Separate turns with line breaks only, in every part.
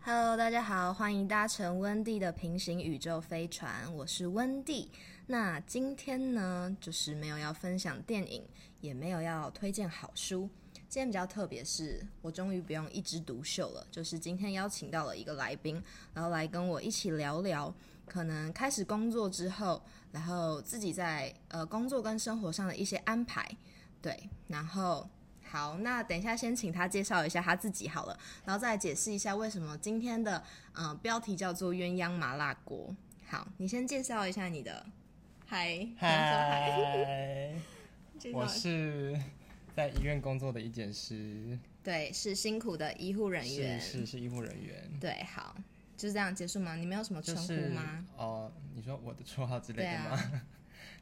Hello，大家好，欢迎搭乘温蒂的平行宇宙飞船，我是温蒂。那今天呢，就是没有要分享电影，也没有要推荐好书。今天比较特别是，我终于不用一枝独秀了，就是今天邀请到了一个来宾，然后来跟我一起聊聊，可能开始工作之后，然后自己在呃工作跟生活上的一些安排，对，然后。好，那等一下先请他介绍一下他自己好了，然后再来解释一下为什么今天的嗯、呃标题叫做鸳鸯麻辣锅。好，你先介绍一下你的。嗨， 你要说
嗨，
介绍
我
一下
是在医院工作的医检师，
对，是辛苦的医护人
是
员。
是是医护人员，
对，好，就这样结束吗？你没有什么
就
称呼
是
吗？
哦，你说我的绰号之类
对
的
啊
吗？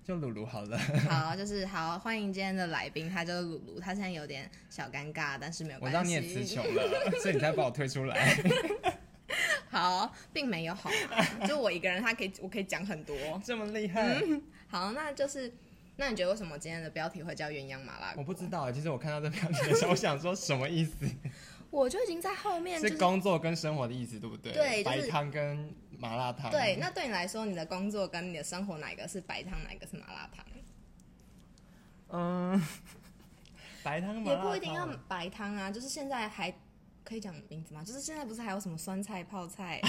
就鲁鲁好了，
好，就是好，欢迎今天的来宾，他叫做鲁鲁，他现在有点小尴尬，但是没有
我
关
知
系。
道你也词穷了，所以你才把我推出来。
好，并没有好吗，就我一个人，他可以，我可以讲很多。
这么厉害，
嗯好，那就是，那你觉得为什么今天的标题会叫鸳鸯麻辣锅？
我不知道。其实我看到这标题的时候，我想说什么意 思？
我就已经在后面就是
工作跟生活的意思，对不对？
对就是
白汤跟麻辣烫。
对，那对你来说，你的工作跟你的生活哪一个是白汤，哪一个是麻辣烫？
嗯， 白汤麻
也
辣烫
不一定要白汤啊，就是现在还可以讲名字吗？就是现在不是还有什么酸菜泡 菜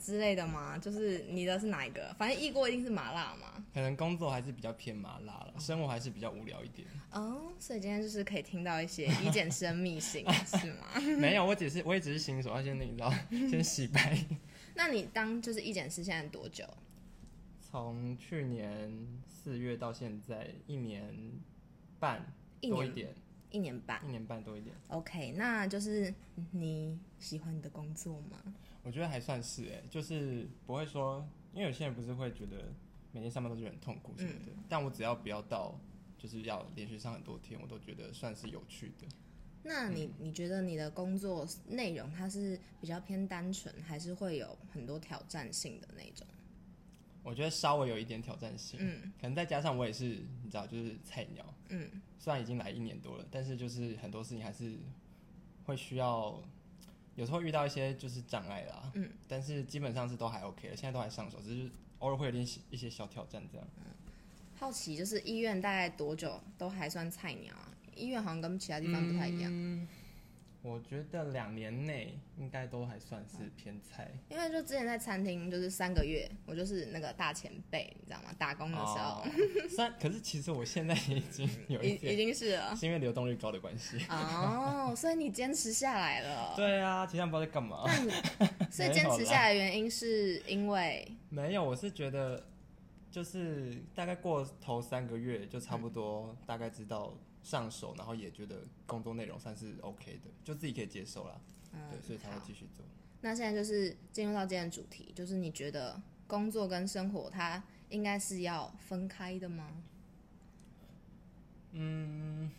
之类的吗？就是你的是哪一个？反正一锅一定是麻辣嘛。
可能工作还是比较偏麻辣了，生活还是比较无聊一点。
哦，所以今天就是可以听到一些一检生秘辛， 是吗？
没有，我只是我也只是新手，要先那 个，先洗白。
那你当就是一检师现在多久？
从去年四月到现在，一年半
一
多
年
一点，
一年半。
一年半多一点，
OK，那就是你喜欢你的工作吗？
我觉得还算是哎、就是不会说，因为有些人不是会觉得每天上班都觉得很痛苦什么
嗯
的，但我只要不要到就是要连续上很多天，我都觉得算是有趣的。
那
嗯
你你觉得你的工作内容它是比较偏单纯，还是会有很多挑战性的那种？
我觉得稍微有一点挑战性，
嗯
可能再加上我也是你知道，就是菜鸟，
嗯，
虽然已经来一年多了，但是就是很多事情还是会需要，有时候遇到一些就是障碍啦。
嗯，
但是基本上是都还 OK 的，现在都还上手，只是偶尔会有点小一些小挑战这样。
好奇就是医院大概多久都还算菜鸟啊？医院好像跟其他地方不太一样，
嗯我觉得两年内应该都还算是偏菜，
因为就之前在餐厅就是三个月，我就是那个大前辈，你知道吗？打工的时候、
哦虽然可是其实我现在已经有
已
一
嗯已
点，
经是了
是因为流动率高的关系。
哦，所以你坚持下来了。哦
对啊，其他人不知道在干嘛。
所以坚持下来的原因是因为
没有，我是觉得就是大概过头三个月就差不多，大概知道上手，然后也觉得工作内容算是 OK 的，就自己可以接受啦。
嗯
对，所以才会
好
继续做。
那现在就是进入到今天的主题，就是你觉得工作跟生活它应该是要分开的吗？
嗯，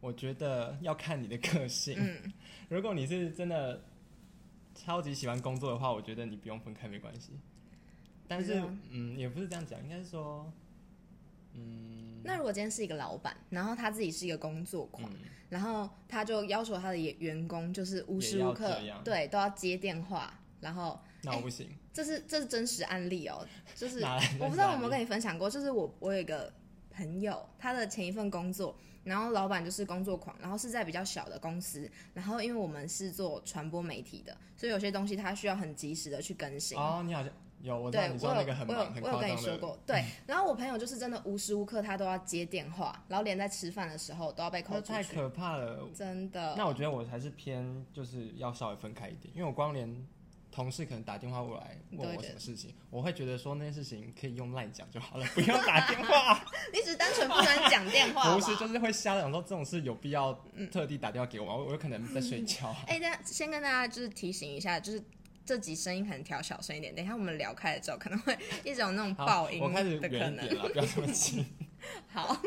我觉得要看你的个性。
嗯，
如果你是真的超级喜欢工作的话，我觉得你不用分开没关系。但
是
是
吗，
嗯，也不是这样讲，应该是说，
那如果今天是一个老板，然后他自己是一个工作狂，
嗯
然后他就要求他的员员工就是无时无
也
刻
要这样
对都要接电话，然后
那我不行。
这是这是真实案例哦， 就是
哪来的
我不知道
哪
有
里
没有跟你分享过，就是我我有一个朋友，他的前一份工作，然后老板就是工作狂，然后是在比较小的公司，然后因为我们是做传播媒体的，所以有些东西他需要很及时的去更新。
哦，你好像有，我知道
对，
你
我
说那
有
个很
我有
忙很
我有
夸
跟你
张
说
的，
过， 对。然后我朋友就是真的无时无刻他都要接电话，然后连在吃饭的时候都要被扣
那
出
太
去，
可怕了。
真的。
那我觉得我还是偏就是要稍微分开一点，因为我光连同事可能打电话过来
你都
问
会
我
觉
什
得
么事情，我会觉得说那件事情可以用赖讲就好了，不用打 电话。
你只是单纯不想讲电 话吧？嗯
不是，就是会瞎想说这种事有必要特地打电话给我吗？我我有可能在睡觉啊。
哎、大家先跟大家就是提醒一下，就是这集声音可能调小声一点，等一下我们聊开了之后，可能会 一种那种
好
嗯爆音
我开始
的可
远一点
能。
了，不要这么急。
好，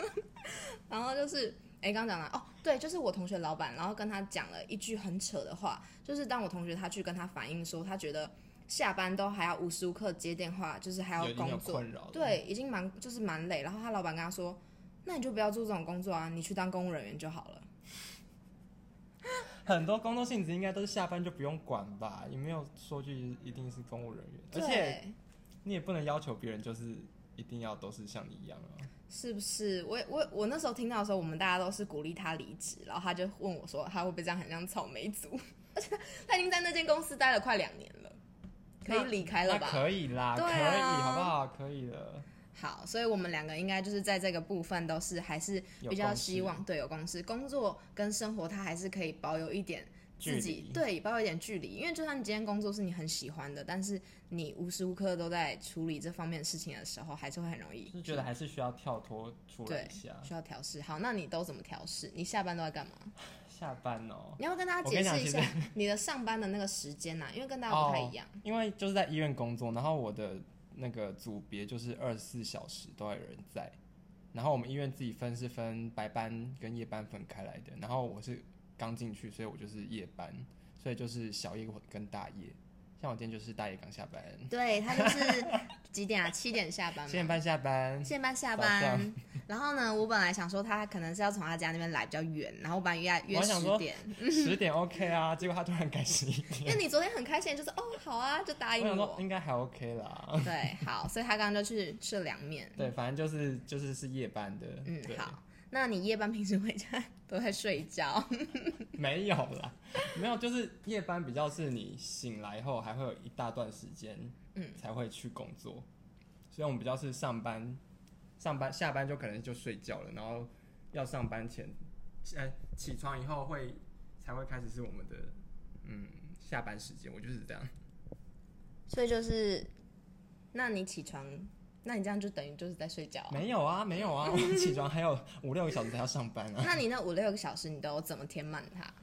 然后就是。哎，刚刚讲了哦，对，就是我同学老板，然后跟他讲了一句很扯的话，就是当我同学他去跟他反映说，他觉得下班都还要无时无刻接电话，就是 还要
有已经有
工作，
困扰了。
对，已经蛮就是蛮累。然后他老板跟他说，那你就不要做这种工作啊，你去当公务人员就好了。
很多工作性质应该都是下班就不用管吧，也没有说就一定是公务人员，而且
对，
你也不能要求别人就是一定要都是像你一样啊。
是不是？我我我那时候听到的时候，我们大家都是鼓励他离职，然后他就问我说，他会不会这样很像草莓族？ 而且他已经在那间公司待了快两年了，可以
那
离开了吧？
那可以啦，
对啊
可以，好不好？可以了。
好，所以我们两个应该就是在这个部分都是还是
有
比较
共识
希望对有共识，工作跟生活它还是可以保有一点自
距
己
离
对保有一点距离，因为就算你今天工作是你很喜欢的，但是你无时无刻都在处理这方面的事情的时候，还是会很容易
就是觉得啊还是需要跳脱出来一下。
需要调试。好，那你都怎么调试？你下班都在干嘛？
下班哦，
你要跟大家
我
解
跟你讲
释一
其哦
下你的上班的那个时间啊呐、因为跟大家不太一样。
因为就是在医院工作，然后我的那个组别就是二十四小时都有人在，然后我们医院自己分是分白班跟夜班分开来的，然后我是刚进去，所以我就是夜班，所以就是小夜跟大夜。像我今天就是大夜刚下班，
对他就是几点啊？七点下班
七
吗
点？半下班，
现班下
早
班
上，
然后呢，我本来想说他可能是要从他家那边来比较远，然后我本来约他约
我还想
十
说
点，
十点 OK 啊，结果他突然改十一
因
点，
为你昨天很开心，就是哦好啊，就答
我
应
想说
我。
应该还 OK 啦。
对，好，所以他刚刚就去吃了凉面。
对，反正就是就是是夜班的，
嗯，
对，
好，那你夜班平时回家都在睡觉？
没有啦，没有，就是夜班比较是你醒来后还会有一大段时间，
嗯，
才会去工作，所以我们比较是上班，上班下班就可能就睡觉了，然后要上班前，哎，起床以后会才会开始是我们的嗯下班时间，我就是这样，
所以就是，那你起床，那你这样就等于就是在睡觉啊、
没有啊，没有啊，我起床还有五六个小时才要上班啊。
那你那五六个小时你都怎么填满它？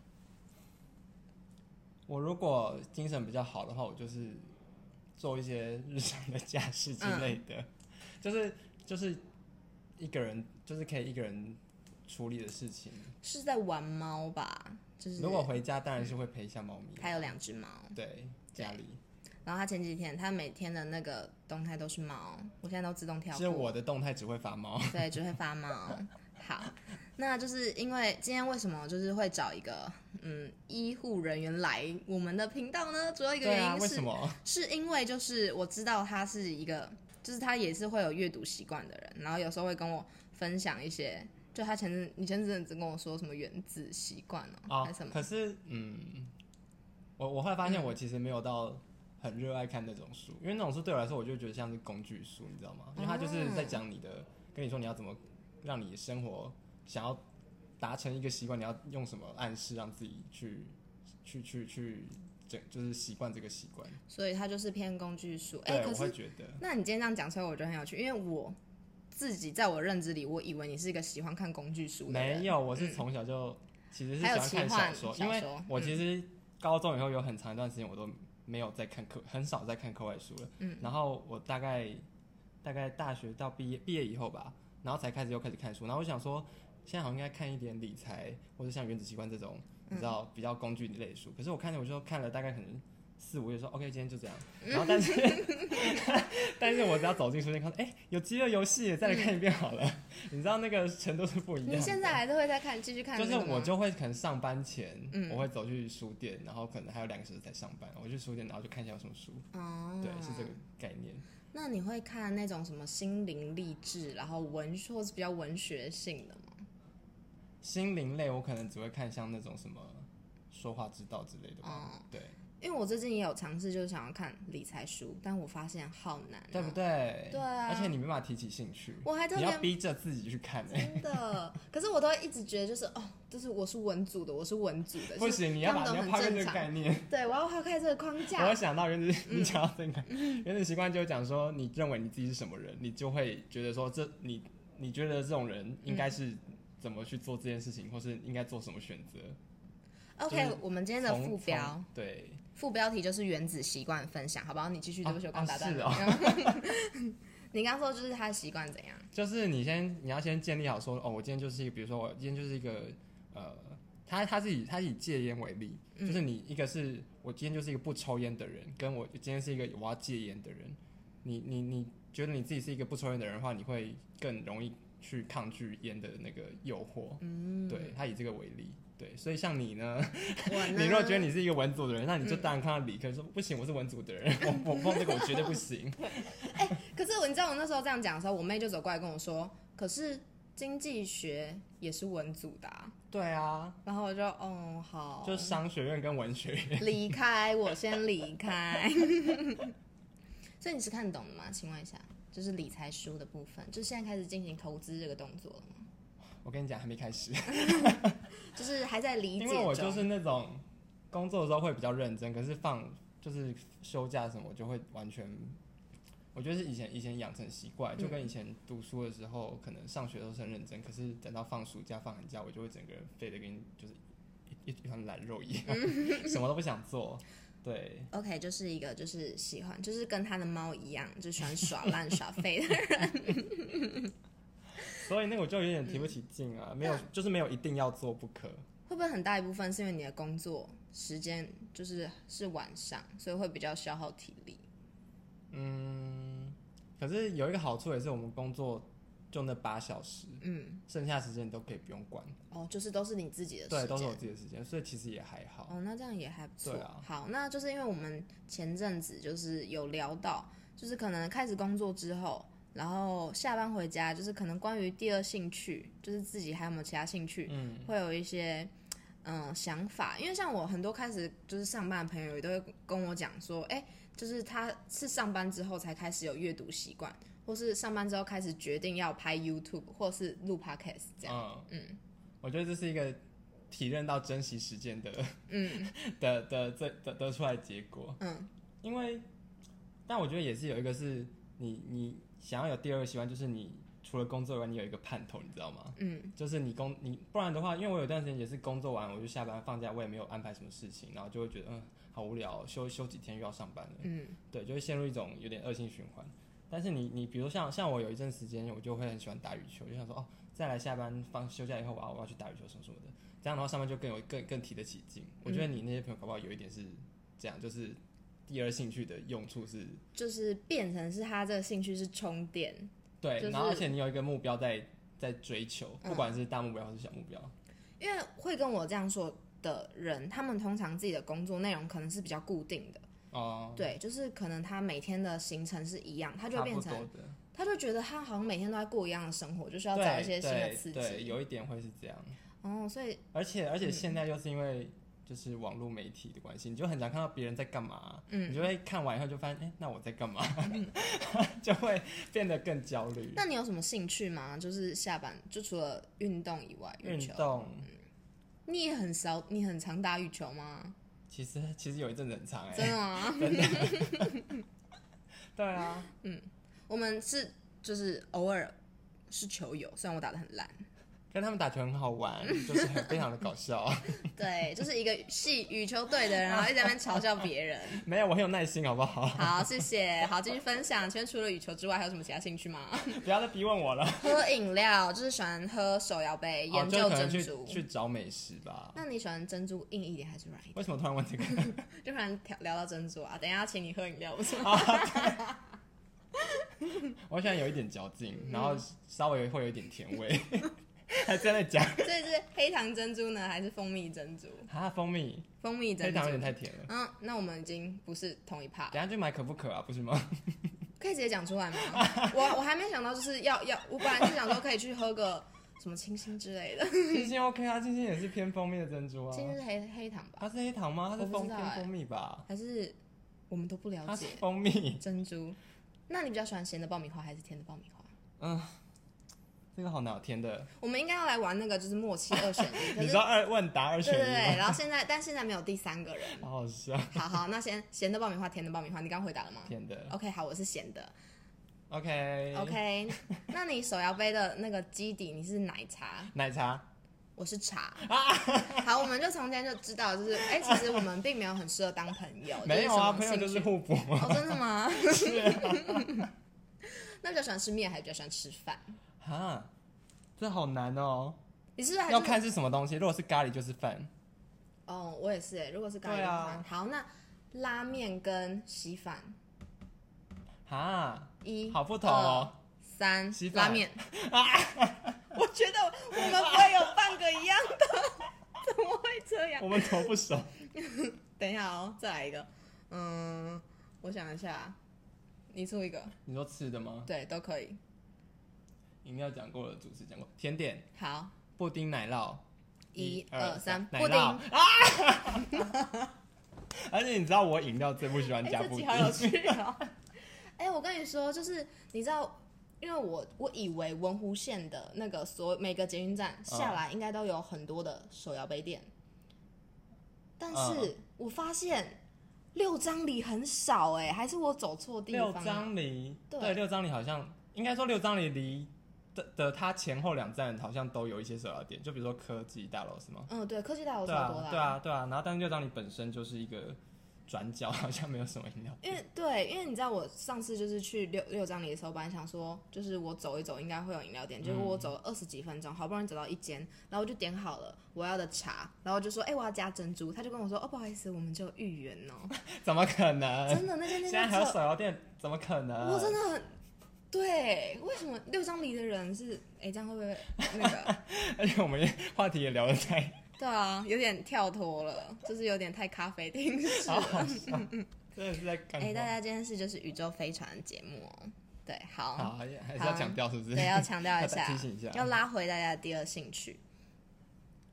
我如果精神比较好的话，我就是做一些日常的家事之类的，
嗯
就是就是一个人就是可以一个人处理的事情。
是在玩猫吧？就是嗯
如果回家当然是会陪一下猫咪，啊
它有两只猫，
对家里
然后他前几天他每天的那个动态都是猫，我现在都自动跳
其实
过，
我的动态只会发猫，
对，只会发猫。好，那就是因为今天为什么就是会找一个嗯医护人员来我们的频道呢？主要一个
对啊，
原因
为
是、
什么？
是因为就是我知道他是一个，就是他也是会有阅读习惯的人，然后有时候会跟我分享一些，就他前阵你前阵子跟我说什么原子习惯哦，
啊
还是什么？嗯
可是嗯，我我后来发现我其实没有到。很热爱看那种书，因为那种书对我来说，我就觉得像是工具书，你知道吗？因为它就是
哦
在讲你的，跟你说你要怎么让你生活想要达成一个习惯，你要用什么暗示让自己去去去去整，就是习惯这个习惯。
所以他就是偏工具书。哎、
对，
可
我
是
会觉得
那你今天这样讲出来，我觉得很有趣，因为我自己在我认知里，我以为你是一个喜欢看工具书的人。嗯
没有，我是从小就、其实是
还有
喜欢
奇
看
幻
小说，
小
因为
说嗯
我其实高中以后有很长一段时间我都没有在看课，很少在看课外书了。嗯，然后我大概大概大学到毕业毕业以后吧，然后才开始又开始看书，然后我想说。现在好像应该看一点理财，或者像《原子习惯》这种，
嗯
你知道比较工具类的书。可是我看，我就看了大概可能四五页，说 OK，今天就 这样。然后但是， 但是我只要走进书店，看到哎、有《饥饿游戏》，再来看一遍好了。 你知道那个程度是不一样的。
你现在还是会再看，继续看
就
那
是
个吗？
我就会可能上班前，
嗯
我会走去书店，然后可能还有两个小时才上班，我去书店，然后就看一下有什么书。
哦，
对，是这个。概念。
那你会看那种什么心灵励志，然后文或是比较文学性的吗？
心灵类我可能只会看像那种什么说话之道之类的吧，
哦
对，
因为我最近也有尝试，就是想要看理财书，但我发现好难、
对不？对？
对啊
而且你没办法提起兴趣，
我还特
你
别
要逼着自己去看、欸，
真的，可是我都会一直觉得就是哦，就是我是文组的，我是文组的，
不
就是
行，你要
他们
把
都
你要
很
抛开
正
这个
常
概念。
对，我要抛开这嗯个框
我
架
有。想到原子， 你讲到这个原子习惯，就讲说你认为你自己是什么人，你就会觉得说这你你觉得这种人应
嗯
该是怎么去做这件事情，或是应该做什么选择。
OK，、
就是
我们今天的
从
副标
从对，
副标题就是原子习惯分享，好不好？你继续，对不起，
啊
我刚打断你。
啊哦
你刚说就是他的习惯怎样？
就是你先你要先建立好说哦，我今天就是一个，比如说我今天就是一个呃，他他是以他是以戒烟为例，就是你一个是我今天就是一个不抽烟的人，跟我今天是一个我要戒烟的人，你你你觉得你自己是一个不抽烟的人的话，你会更容易去抗拒烟的那个诱惑，嗯，对他以这个为例，对，所以像你呢，
我呢
你如果觉得你是一个文组的人，那你就当然看到理科、说不行，我是文组的人，我我碰这个我绝对不行。
可是我你知道我那时候这样讲的时候，我妹就走过来跟我说，可是经济学也是文组的、啊，
对啊，
然后我就哦好，
就商学院跟文学院，
离开，我先离开。 所以你是看懂的吗？请问一下，就是理财书的部分，就现在开始进行投资这个动作了吗？
我跟你讲还没开始，
就是还在理解
因
中。
为我就是那种工作的时候会比较认真，可是放就是休假什么，我就会完全。我觉得是以前以前养成习
嗯
惯，就跟以前读书的时候，可能上学都是很认真，可是等到放暑假、放寒假，我就会整个人废的跟就是一一一团懒肉一样，
嗯
什么都不想做。对，
OK，就是一个就是喜欢，就是跟他的猫一样，就喜欢耍烂耍废的。
所以那个我就有点提不起劲
嗯
啊，没有就是没有一定要做不可。
会不会很大一部分是因为你的工作时间就是是晚上，所以会比较消耗体力？
嗯，可是有一个好处也是我们工作就那八小时，
嗯，
剩下时间你都可以不用管，
哦，就是都是你自己的时间。
对，都是我自己的时间，所以其实也还好。
哦，那这样也还不错。
对啊
好，那就是因为我们前阵子就是有聊到，就是可能开始工作之后，然后下班回家，就是可能关于第二兴趣，就是自己还有没有其他兴趣，
嗯，
会有一些嗯、呃想法。因为像我很多开始就是上班的朋友也都会跟我讲说，哎、就是他是上班之后才开始有阅读习惯，或是上班之后开始决定要拍 YouTube 或是录 Podcast 这样。
样，嗯，我觉得这是一个体认到珍惜时间的，嗯， 的的这得得出来的结果，
嗯，
因为，但我觉得也是有一个是你你想要有第二个习惯，就是你除了工作以外，你有一个盼头，你知道吗？
嗯，
就是你工你不然的话，因为我有一段时间也是工作完我就下班放假，我也没有安排什么事情，然后就会觉得嗯好无聊哦，休休几天又要上班了，
嗯，
对，就会陷入一种有点恶性循环。但是你你比如像像我有一阵时间，我就会很喜欢打羽球，就想说哦，再来下班放休假以后，我要我要去打羽球什么什么的，这样的话上班就更有更更提得起劲。我觉得你那些朋友搞不好有一点是这样，就是第二兴趣的用处是
就是变成是他这个兴趣是充电。
对，
就是
然后而且你有一个目标在在追求，
嗯
不管是大目标还是小目标。
因为会跟我这样说的人，他们通常自己的工作内容可能是比较固定的，
哦、
对，就是可能他每天的行程是一样，他就
差
会
不
变
多
成，
的
他就觉得他好像每天都在过一样的生活，就是要
对
找一些新的
对
刺
对，
激。
有一点会是这样。
哦，所以
而且而且
嗯
现在又是因为就是网络媒体的关系，你就很常看到别人在干嘛，
嗯
你就会看完以后就发现，哎、那我在干嘛， 就会变得更焦虑。
那你有什么兴趣吗？就是下班就除了运动以外，羽
运
球，
动
你也很少，你很常打羽球吗？
其实其实有一阵子很长哎、
真的吗？
对啊，
我们是就是偶尔是球友，虽然我打的很烂。
跟他们打球很 好玩，就是很非常的搞笑。
对，就是一个系羽球队的人，然后一直在那边嘲笑别人。
没有，我很有耐心，好不 好？
好，谢谢。好，继续分享。请问除了羽球之外，还有什么其他兴趣吗？
不要再逼问我了。
喝饮料，就是喜欢喝手摇杯，
哦
研
就
究
可能
珍
去
珠。
去找美食吧。
那你喜欢珍珠硬一点还是软一点？
为什么突然问这个？
就突然聊聊到珍珠啊，等一下请你喝饮料，不是 吗？
我现在有一点嚼劲，
嗯
然后稍微会有一点甜味， 还真的讲。
所以是黑糖珍珠呢，还是蜂蜜珍珠？
啊，蜂蜜
蜂蜜
黑
珍珠
糖有。点太甜了。
嗯，那我们已经不是同一趴了，
等下去买可不可啊，不 是吗？
可以直接讲出 来吗？我我还没想到，就是要要，我本来是想说可以去喝个什么清新之 类的，
清新 OK 啊，清新也是偏蜂蜜的珍珠啊。
清新是黑黑糖吧？
它是黑糖吗？它是
我不
蜂
知道
偏
欸
蜂蜜吧？
还是我们都不了
它是
解
蜂蜜，
珍珠？那你比较喜欢咸的爆米花还是甜的爆米花？
这个好难哦甜的。
我们应该要来玩那个就是默契二选一，可
你
是
知道二问答二
对
选
对
一
对，
吗？
然后现在但现在没有第三个人。
好好笑，
好好，那先咸的爆米花，甜的爆米花，你刚回答了吗
甜的。
？OK，好，我是咸的。
OK
OK，那 你手摇杯的那个基底你是奶茶，
奶茶
我是茶。
啊
好，我们就从今天就知道，就是哎、其实我们并没有很适合当朋友，
没有啊，
就
朋
哦是什么
友就
兴趣
是啊互补。
哦，真的吗？ 那比较喜欢吃面，还是比较喜欢吃饭？
哈，这好难哦，
你是不是还
要
啊是
看是什么东西。如果是咖喱就是饭，
哦，我也是哎，如果是咖喱
对
的
啊
话，好，那拉面跟稀饭，
哈，
一
好不同哦。
三
稀饭
拉 面，我觉得我们不会有半个一样的，怎么 会这样。
我们头不熟。
等一下哦，再来一个。嗯，我想一下，你出一个，
你说吃的吗？
对，都可以。
饮料讲过了，主食讲过，甜点
好，
布丁奶酪，
一二三，
奶
布丁。
酪啊！ 而且你知道我饮料最不喜欢
哎，
加
这
布
集
丁，
好有 趣哦！哎、我跟你说，就是你知道，因为我我以为文湖线的那个所每个捷运站
嗯
下来应该都有很多的手摇杯店，但
嗯
是我发现六张里很少哎、还是我走错地
六
方了。
张里，
对
对，六张里好像应该说六张里离的的它前后两站好像都有一些手摇店，就比如说科技大楼是吗？
嗯，对，科技大楼
对
超多
啊
啦、，
对啊，对啊。然后但是六张里本身就是一个转角，好像没有什么饮料
因为对，因为你知道我上次就是去六六张里的时候，本来想说就是我走一走应该会有饮料店，结果我
嗯
走了二十几分钟，好不容易走到一间，然后我就点好了我要的茶，然后我就说哎、我要加珍珠，他就跟我说哦不好意思，我们只有芋圆 哦，
怎么可能？
真的那间
现
店
在
就只
还有
有
手摇店，怎么可能？
我真的很对，为什么六张里的人是哎、这样会不会那个？
而且我们也话题也聊得太
对啊，有点跳脱了，就是有点太咖啡厅式
好
了。
好笑，真的是在干
嗯哎、
话。
大家今天是就是宇宙飞船的节目哦，对，
好，还是还是要强调是不是？
对，要强调一 下，
要提醒一下
要拉回大家的第二兴趣。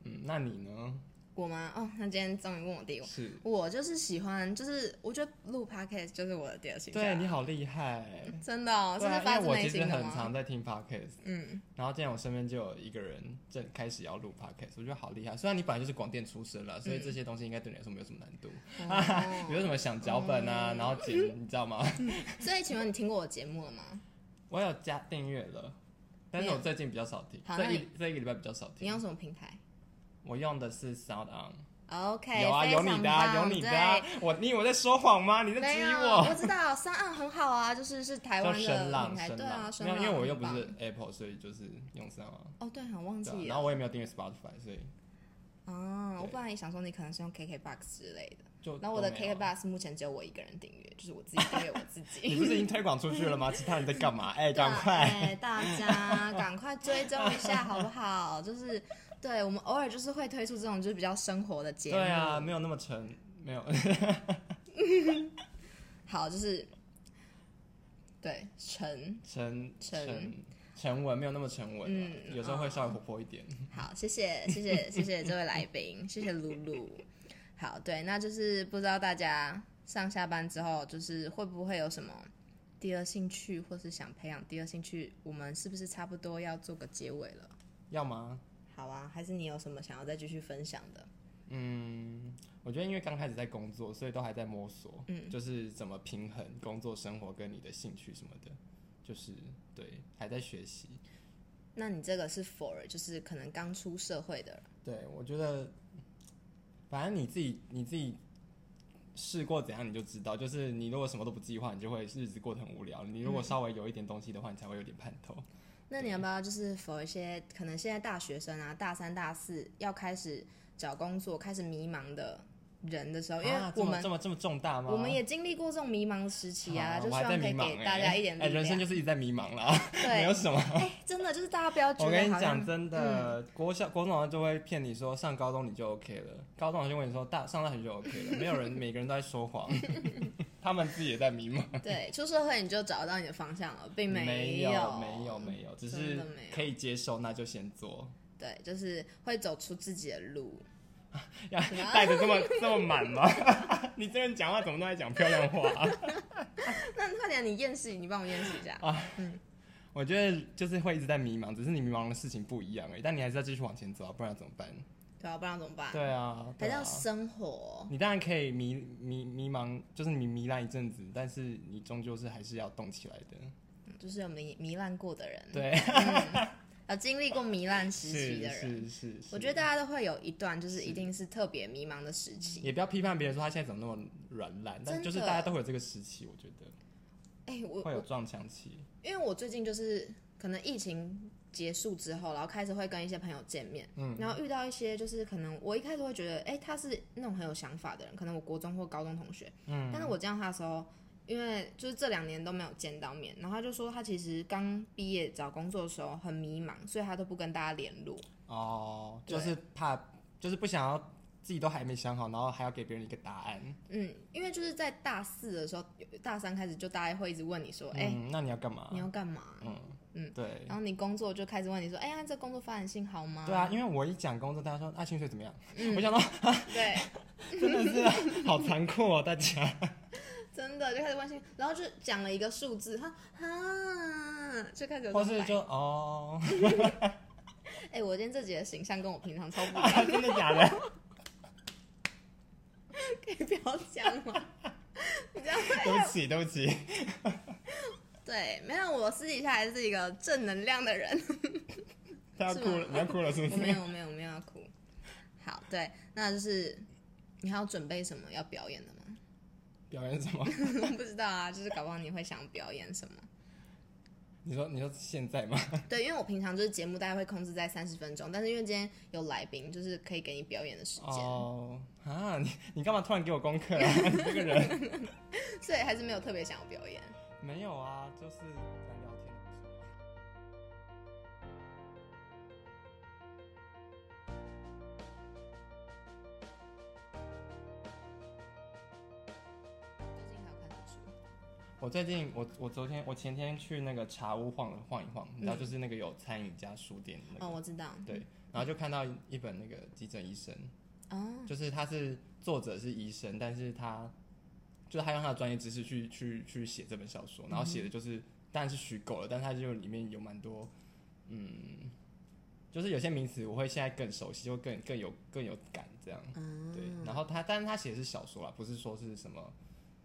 嗯，那你呢？
我吗？哦，那今天终于问我第一个，
是，
我就是喜欢，就是我觉得录 podcast 就是我的第二兴趣啊。
对你好厉害。
真的哦，这
对啊
是发
因
自
为我
内
其实
心的
很
吗？
常在听 podcast，
嗯，
然后现在我身边就有一个人正开始要录 podcast，我觉得好厉害。虽然你本来就是广电出身了，所以这些东西应该对你来说没有什么难度。
嗯哦嗯
比如什么想脚本啊，然后剪，你知道吗？
所以请问你听过我节目了吗？
我有加订阅了，但是
没有
我最近比较少听，
好
这
那
一这一个礼拜比较少
你
听。
用什么平台
我用的是 Sound On，
？OK，
有啊，
非
有
常
你的啊，有
棒
你的啊。我你以为我在说谎吗？你
对
在
没
质疑
有，啊
我？
我知道三岸很好啊，就是是台
叫
湾
声
的
浪，
平台，
声
对啊，
浪，
声
没有，
浪
因为我又不
很
是
棒
Apple，所以就是用 Sound On。
哦，对，很忘
对啊
记了
然后我也没有订阅 Spotify，所以
啊，我
对
本来也想说你可能是用 KKBox 之类的。
就
然后我的
都没有
KK
啊
Bus 目前只有我一个人订阅，就是我自己订阅我自
你
己。
不是已经推广出去了吗？其他人在 干嘛？哎、赶快！
对！哎大家赶快追踪一下好不好？就是对我们偶尔就是会推出这种就是比较生活的节目。
对啊，没有那么沉，没有
好，就是对陈
沉
沉
沉沉稳，没有那么沉稳啊、
嗯
有时候会稍微活泼一点。
好，谢谢谢谢谢谢这位来宾，谢谢露露。好，对，那就是不知道大家上下班之后，就是会不会有什么第二兴趣，或是想培养第二兴趣？我们是不是差不多要做个结尾了？
要吗？
好啊，还是你有什么想要再继续分享的？
嗯，我觉得因为刚开始在工作，所以都还在摸索，
嗯
就是怎么平衡工作生活跟你的兴趣什么的，就是对，还在学习。
那你这个是 for 就是可能刚出社会的人，
对，我觉得，反正你自己你自己试过怎样你就知道，就是你如果什么都不计划，你就会日子过得很无聊；你
嗯
如果稍微有一点东西的话，你才会有点盼头。
那你要不要就是 for 一些可能现在大学生啊，大三大四要开始找工作、开始迷茫的人的时候，因为
啊、这
我
么
们、
这么这么重大吗？
我们也经历过这种迷茫的时期啊，
啊
就
我
希
还在
望可
迷
以
茫、欸，
给大家一点力
哎、
量。
人生就是一直在迷茫啦，没有
对，
什么。
哎，真的就是大家不要觉
我跟
得
你
好像嗯
讲，真的，国小、国中好像就会骗你说上高中你就 OK 了，高中好像就跟你说大上大学就 OK 了，没有人每个人都在说 谎，他们自己也在迷茫。
对出社会你就找到你的方向了，并
没
有
有没有没有，只
真
是
的没有
可以接受，那就先 做。
对，就是会走出自己的路。
要
什么
带的这么这么满吗？ 你这边讲话怎么都在讲漂亮话、啊？
那快点，你验视，你帮我验视一
哦
下。
我觉得就是会一直在迷茫，只是你迷茫的事情不一样而已。但你还是要继续往前走啊，不然怎么办？
对啊，不然怎么办？
对啊，
还
对
是
啊
要。哦生活。
你当然可以迷迷迷茫，就是你迷烂一阵子，但是你终究是还是要动起来的。
就是有迷糜烂过的人，嗯
对，
有经历过糜烂时期
是
的人，
是是是。
我觉得大家都会有一段，就是一定是特别迷茫的时期。
也不要批判别人说他现在怎么那么软烂，但
真
就是
的
大家都会有这个时期，我觉得
哎、我
会有
我
撞墙期。
因为我最近就是可能疫情结束之后，然后开始会跟一些朋友见面，嗯，然后遇到一些就是可能我一开始会觉得，哎、他是那种很有想法的人，可能我国中或高中同学，嗯，但是我见到他的时候。因为就是这两年都没有见到面，然后他就说他其实刚毕业找工作的时候很迷茫，所以他都不跟大家联络。
哦，
对
就是怕，就是不想要自己都还没想好，然后还要给别人一个答案。
嗯，因为就是在大四的时候，大三开始就大家会一直问你说，哎、
嗯，那你要干嘛？
你要干嘛？
嗯
嗯
嗯，对
然后你工作就开始问你说，哎、呀，这工作发展性好吗？
对啊，因为我一讲工作，大家说啊薪水怎么样？
嗯
我想到
对，
真的是啊好残酷哦，大家。
真的就开始关心，然后就讲了一个数字，他啊，就开始有
或
这种反
是
应。
就哦，
哎、我今天这集的形象跟我平常超不一样，
啊 真的假的？
可以不要讲吗？你这样
对不起，对不起。
对，没有，我私底下还是一个正能量的 人。
他要哭
是吗
了，你要哭了是
我
不
没
是？
有，我没有，我没有要哭。好，对，那就是你还要准备什么要表演的吗？
表演什么？
我不知道啊，就是搞不好你会想表演什么。
你说你说现在吗？
对，因为我平常就是节目大概会控制在三十分钟，但是因为今天有来宾，就是可以给你表演的时间，
哦啊，你你干嘛突然给我功课啊？ 你这个人
所以还是没有特别想要表演。
没有啊，就是在聊天。
最近还有看什么书？
我最近我我昨天我前天去那个茶屋晃了晃一晃，你知道就是那个有餐饮加书店的那个，
嗯哦，我知道。
对，然后就看到一本那个急诊医生，
哦，
就是他是作者是医生，但是他就是他用他的专业知识去去去写这本小说，然后写
嗯
的就是当然是虚构了，但他就里面有蛮多嗯，就是有些名词我会现在更熟悉，就会更更有更有感这样。
嗯，
对，然后他，但是他写的是小说啦，不是说是什么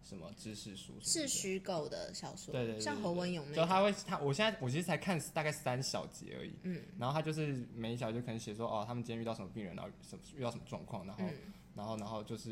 什么知识书什么
是
的
虚构的小说，
对对对，
像侯文勇那
就
种。
他会他，我现在我其实才看大概三小节而已，嗯，然后他就是每一小节可能写说哦，他们今天遇到什么病人，然后什么遇到什么状况，然
嗯
后、然后然后就是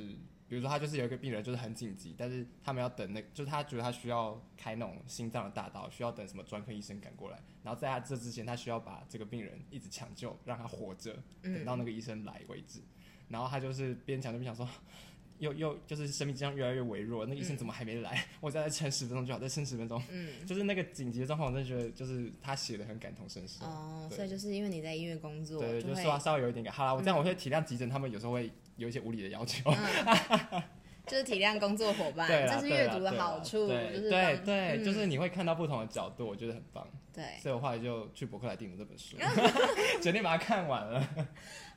比如说他就是有一个病人就是很紧急，但是他们要等那就是他觉得他需要开那种心脏的大刀，需要等什么专科医生赶过来，然后在他这之前，他需要把这个病人一直抢救，让他活着，
嗯
等到那个医生来为止，然后他就是边抢救边想说。 又又就是生命迹象越来越微弱，那个医生怎么还没来？ 我再撑十分钟就好，再撑十分钟。
嗯，
就是那个紧急的状况，我真的觉得就是他写的很感同身受。
哦，
对
所以就是因为你在医院工作，
对，
就
就
会嗯
是稍稍微有一点感。好啦，我这样我会体谅急诊，他们有时候会有一些无理的要求。
就是体谅工作伙伴，
对啦，
这是
对
阅
啦
读的
对啦
好处，
对
就是
对
帮
对，
嗯
就是你会看到不同的角度，我觉得很棒。
对。
所以我后来就去博客来订了这 本书， 决定把它看完了。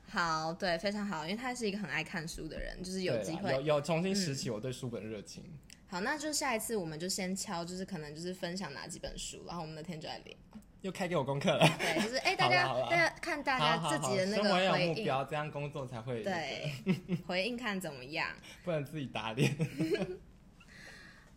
好，对，非常好，因为他是一个很爱看书的人，就是有
对啦
机会嗯
有。有重新拾起我对书本的热情。
好，那就下一次我们就先敲，就是可能就是分享哪几本书，然后我们那天就来聊。
又开给我功课了，
对，就是 哎、大家
好啦好啦
大家看大
好
家
好
自
好，
己的那
生活
个
要
回
有目
应，
标，这样工作才会，
对， 回应看怎么样。
不能自己打脸。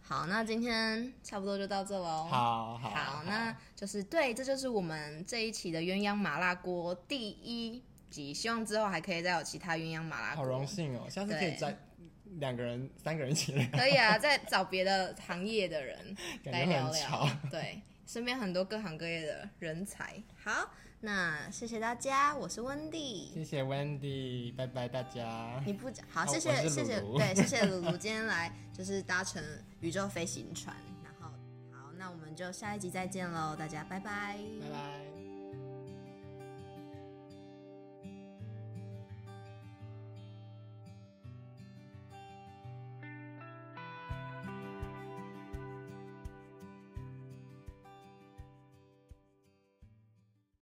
好，那今天差不多就到这喽。
好好
哦好，那就是对，这就是我们这一期的鸳鸯麻辣锅第一集，希望之后还可以再有其他鸳鸯麻辣锅。
好荣幸哦，下次可以
对
再两个人、三个人一起来，
可以啊，再找别的行业的人
感
来
觉会
聊
很吵
聊。。对，身边很多各行各业的人才。好，那谢谢大家，我是温蒂。
谢谢 Wendy，拜拜大家。
你不讲好，
好
谢谢
我是
谢谢，
鲁鲁
对，谢谢鲁鲁今天来就是搭乘宇宙飞行船，然后好，那我们就下一集再见喽，大家拜拜。
拜拜。